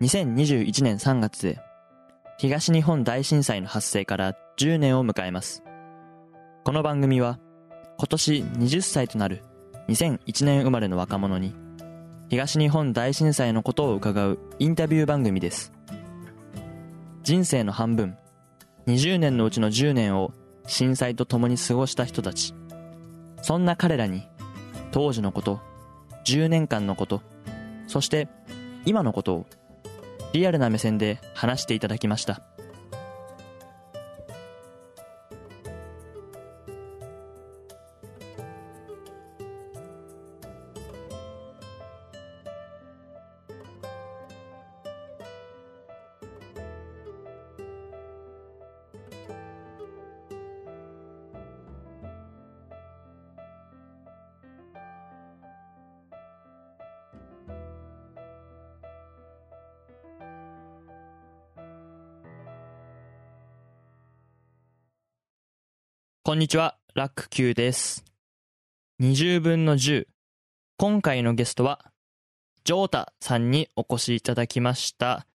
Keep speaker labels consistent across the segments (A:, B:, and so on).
A: 2021年3月で東日本大震災の発生から10年を迎えますこの番組は今年20歳となる2001年生まれの若者に東日本大震災のことを伺うインタビュー番組です人生の半分20年のうちの10年を震災と共に過ごした人たちそんな彼らに当時のこと10年間のことそして今のことをリアルな目線で話していただきましたこんにちはラック Q です20分の10今回のゲストはジョータさんにお越しいただきました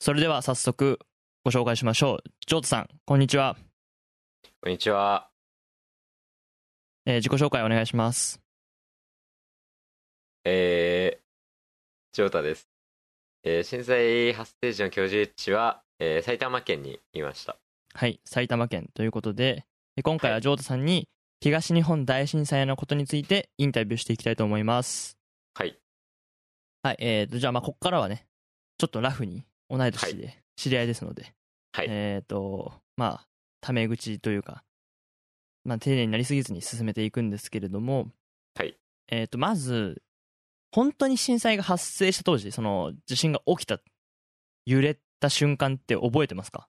A: それでは早速ご紹介しましょうジョータさんこんにちは、
B: こんにちは。
A: えー自己紹介お願いします
B: えー、ジョータです。えー震災発生時の居住地は、えー埼玉県にいました。
A: はい、埼玉県ということで、で今回はジョータさんに東日本大震災のことについてインタビューしていきたいと思います。
B: はい。
A: はい、えーと、じゃあ、まあ、ここからはね、ちょっとラフに同い年で知り合いですので、
B: はい
A: えっと、まあ、タメ口というか、まあ、丁寧になりすぎずに進めていくんですけれども、
B: はい。
A: えっと、まず、本当に震災が発生した当時、その地震が起きた、揺れた瞬間って覚えてますか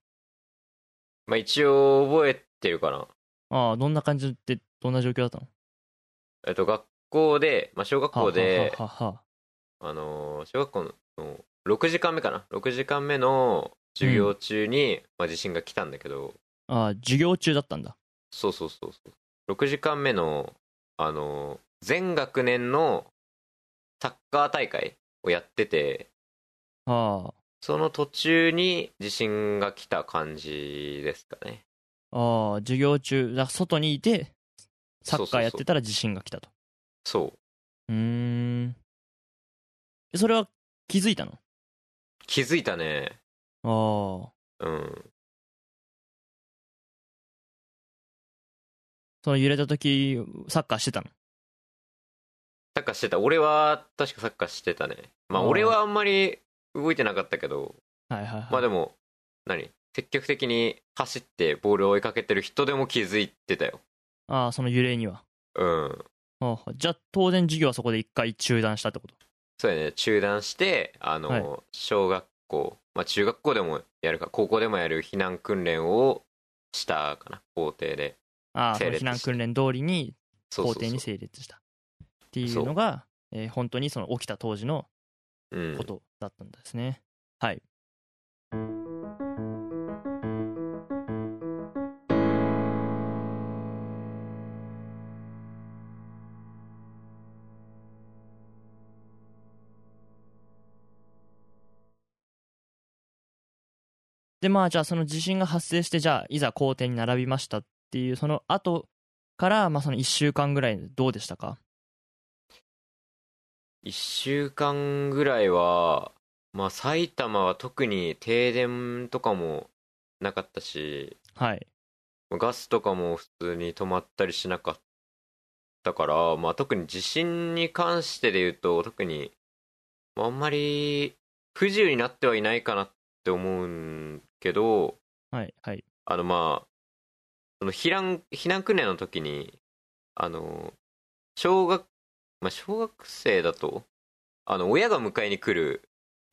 B: まあ一応覚えてるかな。
A: ああ、どんな感じで、どんな状況だったの
B: えっと、学校で、まあ小学校で、
A: はははは
B: あのー小学校の6時間目かな。6時間目の授業中に、まあ地震が来たんだけど、
A: ああ授業中だったんだ
B: そうそうそうそう。6時間目の、あのー全学年のサッカー大会をやってて、
A: あ
B: その途中に地震が来た感じですかね。
A: あああ授業中だから外にいてサッカーやってたら地震が来たと
B: そ
A: う
B: う。
A: ーんそれは気づいたの
B: 気づいたね。
A: ああ
B: うん。
A: その揺れた時サッカーしてたの
B: サッカーしてた。俺は確かサッカーしてたね。まあ
A: あー
B: 俺はあんまり動いてなかったけど、
A: はいはいはい、
B: まあでも、何積極的に走ってボールを追いかけてる人でも気づいてたよ。
A: ああその揺れには
B: うん。
A: ああじゃあ当然授業はそこで一回中断したってこと
B: そうやね。中断して、あの、
A: はい
B: 小学校、まあ中学校でもやるか、高校でもやる避難訓練をしたかな。校庭で。
A: ああそ
B: 整
A: の
B: 列
A: 避難訓練通りに
B: そうそ
A: 校
B: うそう。
A: 庭に整列したっていうのがえー本当にその起きた当時の
B: うん
A: こ。とだったんですね、はいでまあじゃあその地震が発生してじゃあいざ校庭に並びましたっていうその後からまあその1週間ぐらいどうでしたか
B: 一週間ぐらいは、まあ埼玉は特に停電とかもなかったし、
A: はい
B: ガスとかも普通に止まったりしなかったから、まあ特に地震に関してで言うと、特に、まああんまり不自由になってはいないかなって思うんけど、
A: はいはい
B: あのまあ、その避難、避難訓練の時に、あの、小学、まあ小学生だと、あの、親が迎えに来る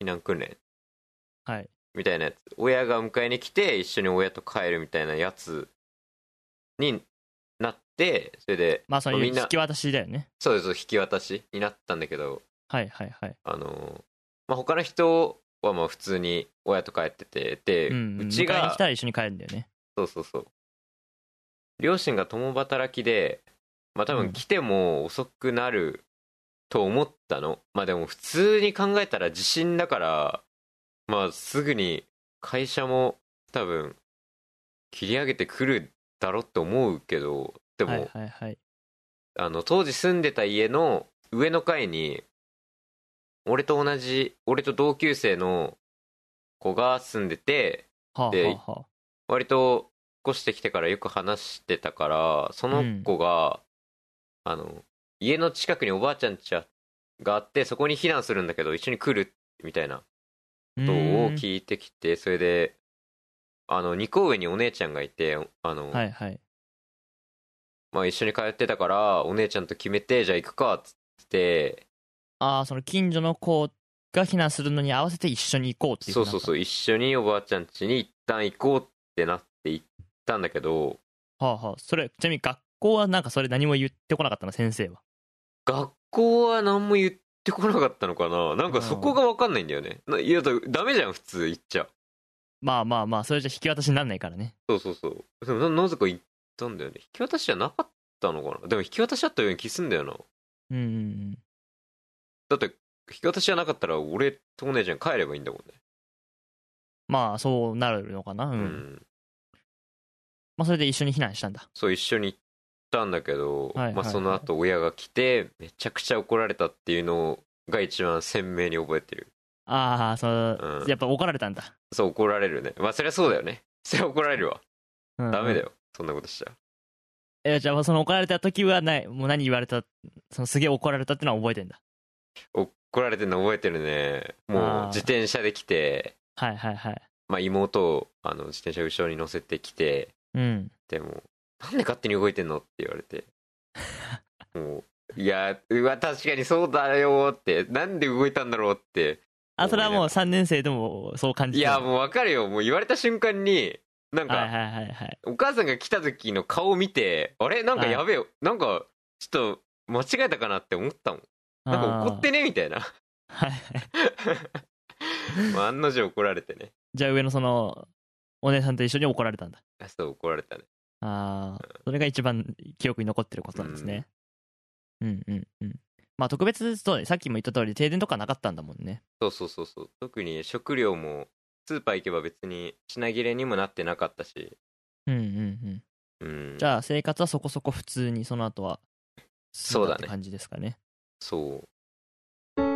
B: 避難訓練
A: はい
B: みたいなやつ、親が迎えに来て一緒に親と帰るみたいなやつになって、それで、
A: まあその
B: まあみ
A: 引
B: んな
A: き渡しだよね
B: そうです、引き渡しになったんだけど、
A: はいはいはい
B: あの、まあ他の人はまあ普通に親と帰ってて、で、
A: うん、
B: うち
A: 迎えに
B: が
A: 来た、ら一緒に帰るんだよね
B: そうそうそう。両親が共働きで、まあ多
A: うん
B: 分来ても遅くなると思ったの。まあでも普通に考えたら地震だから、まあすぐに会社も多分切り上げてくるだろうと思うけどでも、
A: はいはいはい。
B: あの当時住んでた家の上の階に俺と同じ俺と同級生の子が住んでて
A: はあ、は
B: で
A: あは
B: 割と引っ越してきてからよく話してたからその子が、あの家の近くにおばあちゃん家があってそこに避難するんだけど一緒に来るみたいな
A: あ。
B: ことを
A: うーん
B: 聞いてきてそれであの2個上にお姉ちゃんがいてあの、
A: はいはい。
B: まあ、一緒に通ってたからお姉ちゃんと決めてじゃあ行くかっつって
A: ああ、その近所の子が避難するのに合わせて一緒に行こうっていう。
B: そうそうそうう一緒におばあちゃん家に一旦行こうってなって行ったんだけど
A: はあはあ。それ、ちなみに学校はなんかそれ何も言ってこなかったの、先生は。
B: 学校は何も言ってこなかったのかななんかそこが分かんないんだよねないやだダメじゃん普通行っちゃ
A: まあまあまあ、それじゃ引き渡しになんないからね。
B: そうそうそうでもななぜか行ったんだよね引き渡しじゃなかったのかなでも引き渡しだったように気すんだよな
A: うんうんうん。
B: だって引き渡しじゃなかったら俺とお姉ちゃん帰ればいいんだもんね
A: まあ、そうなるのかな。う。
B: うん
A: まあ、それで一緒に避難したんだ。
B: そう一緒に行ったんだけ
A: は
B: ど、
A: いはい
B: まあ、その後親が来てめちゃくちゃ怒られたっていうのが一番鮮明に覚えてる
A: ああ、そう、
B: うん
A: やっぱ怒られたんだ。
B: そう怒られるねまあそりゃそうだよねそりゃ怒られるわ
A: うん
B: ダメだよそんなことしちゃ
A: えじゃあその怒られた時はないもう何言われたそのすげえ怒られたってのは覚えてんだ
B: 怒られてるの覚えてるね
A: あー
B: もう自転車で来て、
A: はいはいはい
B: まあ、妹をあの自転車後ろに乗せてきて
A: うん
B: でもなんで勝手に動いてんのって言わ れてもういやうわ確かにそうだよってなんで動いたんだろうって
A: あそれはもう
B: 思いながら
A: 3年生でもそう感じ
B: い
A: てた
B: やもうわかるよもう言われた瞬間になんか、
A: はいはいはいはい
B: お母さんが来た時の顔を見てあれなんか
A: はい
B: やべえ、なんかちょっと間違えたかなって思ったもんなんか怒ってねみ たいな
A: あーはいはい
B: まあ案の定怒られてね
A: じゃあ上のそのお姉さんと一緒に怒られたんだ
B: あそう怒られたね
A: ああそれが一番記憶に残ってることなんですねうんうんうんまあ特別そうねさっきも言った通り停電とかなかったんだもんね
B: そうそうそうそう特に食料もスーパー行けば別に品切れにもなってなかったし
A: うんうんうん
B: うん
A: じゃあ生活はそこそこ普通にその後は
B: そうだね
A: って感じですかね
B: そう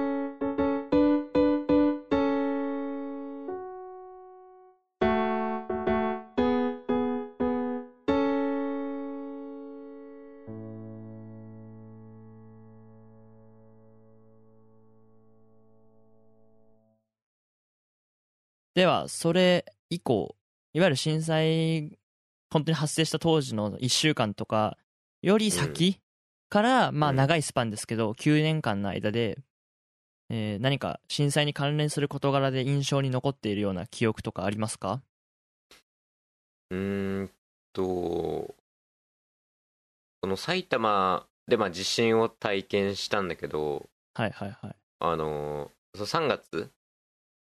A: ではそれ以降いわゆる震災本当に発生した当時の1週間とかより先から、まあ
B: うん
A: 長いスパンですけど9年間の間で、えー何か震災に関連する事柄で印象に残っているような記憶とかありますか
B: うーんとこの埼玉でまあ地震を体験したんだけど
A: はいはいはい
B: あのそう3月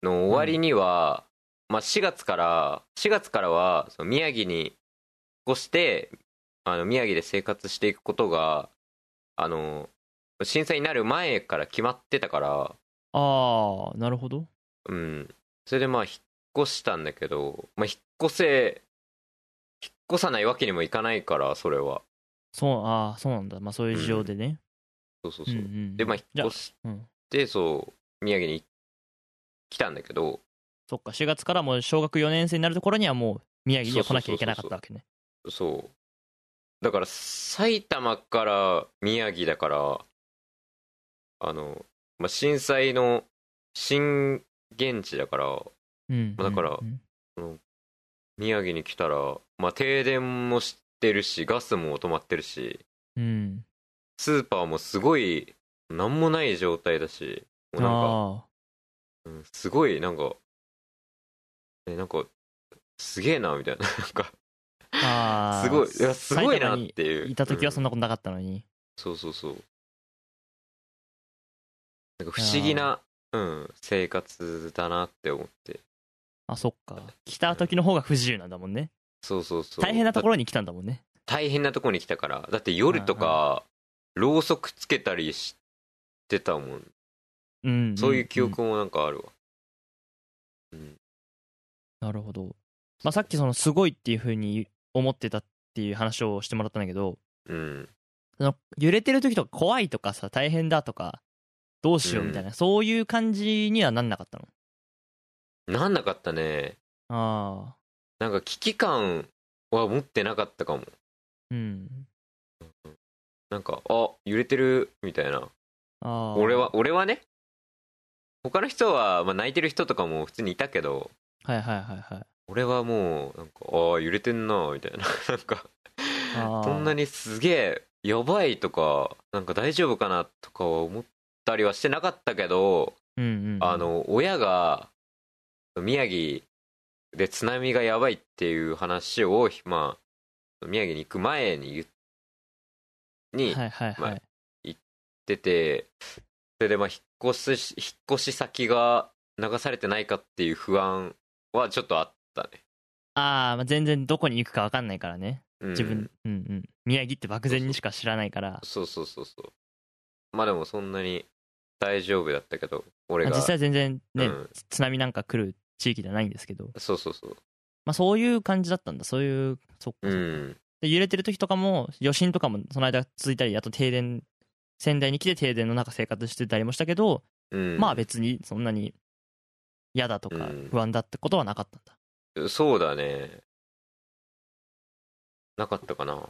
B: の終わりには、まあ、4月から4月からはその宮城に越してあの宮城で生活していくことがあの震災になる前から決まってたから、
A: ああなるほど
B: うん、それでまあ引っ越したんだけど、まあ、引っ越せ引っ越さないわけにもいかないからそれは
A: そうああそうなんだまあそういう事情でね、
B: そうそう
A: う
B: そ
A: ん
B: う、
A: うんうん
B: でまあ引
A: じゃ
B: っ
A: あ
B: 越し
A: うん
B: てそう宮城に来たんだけど、
A: そっか4月からもう小学4年生になるところにはもう宮城には来なきゃいけなかったわけね
B: そう。だから、埼玉から宮城だから、あの、まあ、震災の震源地だから、
A: うん
B: まあだから
A: うんうん
B: 宮城に来たら、まあ、停電もしてるし、ガスも止まってるし、
A: うん
B: スーパーもすごい、なんもない状態だし、もうなんか、
A: ああ
B: うんすごい、なんか、え、なんか、すげえな、みたいな、なんか、
A: あー
B: すごい、いや、すごいなっ
A: 埼
B: て
A: 玉
B: いう。
A: にいた時はそん
B: うん
A: なことなかったのに、
B: そうそうそう。なんか不思議な、うん、生活だなって思って。
A: あそっか来た時の方が不自由なんだもんね
B: そうそうそう。
A: 大変なとこ
B: ろ
A: ろに来たんだもんね
B: 大変なところに来たから。だって夜とか、ろうそくつけたりしてたもん。
A: うん
B: そういう記憶もなんかあるわ。うん、
A: なるほど。まあ、さっきそのすごいっていうふうに思ってたっていう話をしてもらったんだけど、
B: うん、
A: その揺れてる時とか怖いとかさ、大変だとか、どうしようみたいな、そういう感じにはなんなかったの。
B: なんなかったね
A: ああ、
B: なんか危機感は持ってなかったかも
A: うん。
B: なんかあ揺れてるみたいな
A: ああ。
B: 俺。は俺はね他の人は、まあ、泣いてる人とかも普通にいたけど
A: はいはいはいはい。
B: 俺はもうなんかあー揺れてんな みたいななんか
A: あー
B: そんなにすげえやばいとかなんか大丈夫かなとかは思ったりはしてなかったけど、
A: うんうん。
B: あ、の親が宮城で津波がやばいっていう話をまあ宮城に行く前に言っに
A: はいはい
B: ま
A: は
B: あ
A: い。
B: 出てそれでまあ引っ越し引っ越し先が流されてないかっていう不安はちょっとあったね、
A: ああ、まあ、全然どこに行くか分かんないからね。
B: うん
A: 自分、うんうん。宮城って漠然にしか知らないから。
B: そうそうそうそうまあでもそんなに大丈夫だったけど俺
A: まあ
B: が
A: 実際全然ね、
B: うん
A: 津波なんか来る地域じゃないんですけど、
B: そうそうそう
A: まあ、そういう感じだったんだ。そういう、そっかそっ
B: う
A: か。
B: ん
A: で揺れてる時とかも余震とかもその間続いたりあと停電仙台に来て停電の中生活してたりもしたけど、
B: うん
A: まあ別にそんなに嫌だとか
B: うん
A: 不安だってことはなかったんだ、
B: そうだねなかったかな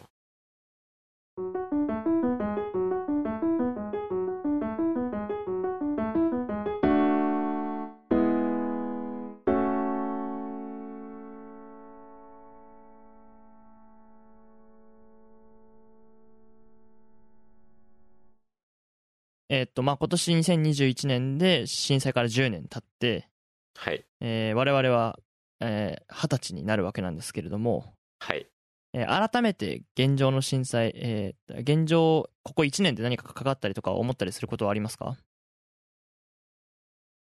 A: えーっとまあ今年2021年で震災から10年経って、
B: はい
A: えー我々は、えー20歳になるわけなんですけれども、
B: はい
A: えー改めて現状の震災、えー現状ここ1年で何かかかったりとか思ったりすることはありますか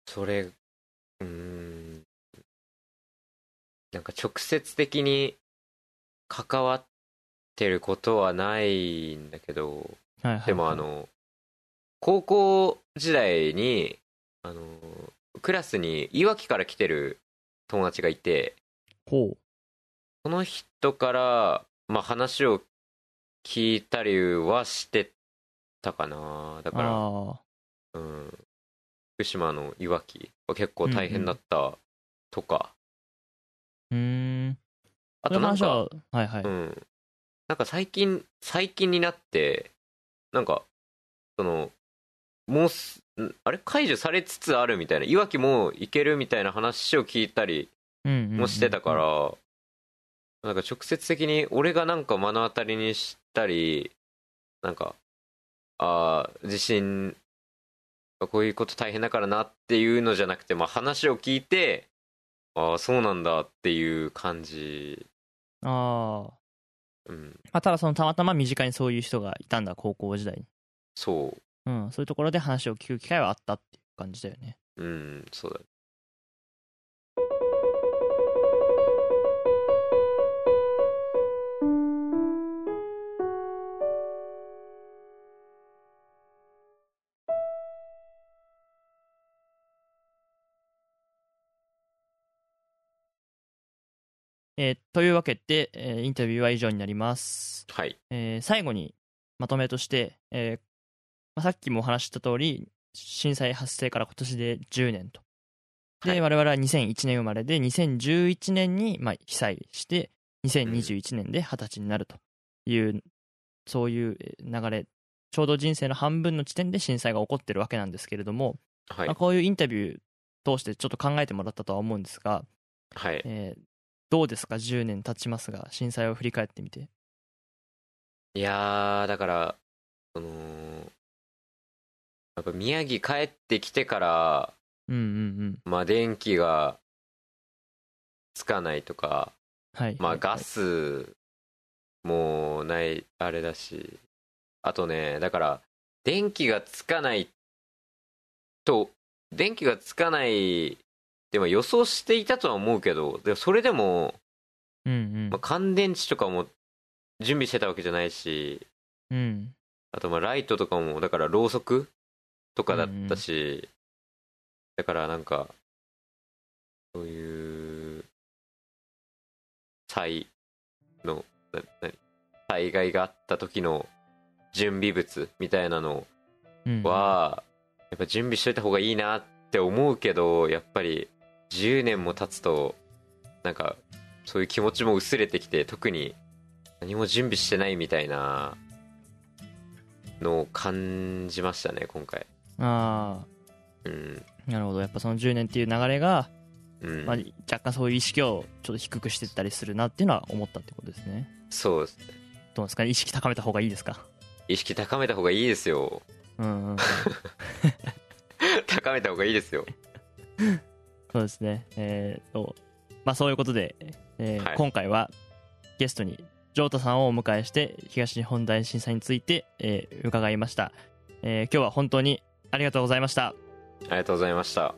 B: それうーんなんか直接的に関わってることはないんだけど
A: はいはい
B: でもあの高校時代にあのクラスにいわきから来てる友達がいて
A: ほう
B: その人から、まあ、話を聞いたりはしてたかな
A: あ
B: だか
A: ー
B: ら、うん、福島のいわきは結構大変だったとか、
A: うーん
B: あとなん
A: それ
B: か
A: の話ははいはい、
B: うん、なんか最近最近になってなんかそのもうすんあれ解除されつつあるみたいないわきも行けるみたいな話を聞いたり
A: うんうんうんうん
B: もしてたから、なんか直接的に俺がなんか目の当たりにしたりなんかああ地震こういうこと大変だからなっていうのじゃなくて、まあ、話を聞いてああそうなんだっていう感じ、
A: ああ、
B: うん、
A: まあ、ただそのたまたま身近にそういう人がいたんだ高校時代に、
B: そう
A: うん、そういうところで話を聞く機会はあったっていう感じだよね
B: うん、そうだ。
A: えーというわけで、えーインタビューは以上になります、
B: はい。
A: えー最後にまとめとして、えーまあ、さっきもお話しした通り震災発生から今年で10年とで、
B: はい
A: 我々は2001年生まれで2011年に、まあ、被災して2021年で20歳になるという、そういうえー流れちょうど人生の半分の地点で震災が起こってるわけなんですけれども、
B: はい
A: まあ、。こういうインタビュー通してちょっと考えてもらったとは思うんですが、
B: はい。
A: えーどうですか10年経ちますが震災を振り返ってみて
B: いやー、だから、その、やっぱ宮城帰ってきてから、
A: うんうんうん
B: まあ電気がつかないとか、
A: はい
B: まあガスもない、あれだし、あとね、だから、電気がつかないと、電気がつかない、でも予想していたとは思うけど、でもそれでも、
A: うんうん
B: まあ、乾電池とかも準備してたわけじゃないし
A: うん
B: あとまあライトとかもだからろうそくとかだったし、だからなんかそういう、災の、な、なに災害があった時の準備物みたいなの
A: うん
B: は、やっぱ準備しといた方がいいなって思うけど、やっぱり10年も経つと、なんか、そういう気持ちも薄れてきて、特に何も準備してないみたいなのを感じましたね、今回。
A: あ
B: うん。
A: あなるほどやっぱその10年っていう流れが、
B: うん。
A: まあ、若干そういう意識をちょっと低くしてったりするなっていうのは思ったってことですね
B: そうですね。
A: どうですか意識高めた方がいいですか
B: 意識高めた方がいいですよ。
A: うん、うん、
B: 高めた方がいいですよ。
A: そうですねえー、とまあそういうことで、えー
B: はい
A: 今回はゲストに城太さんをお迎えして東日本大震災について、えー伺いました、えー今日は本当にありがとうございました
B: ありがとうございました。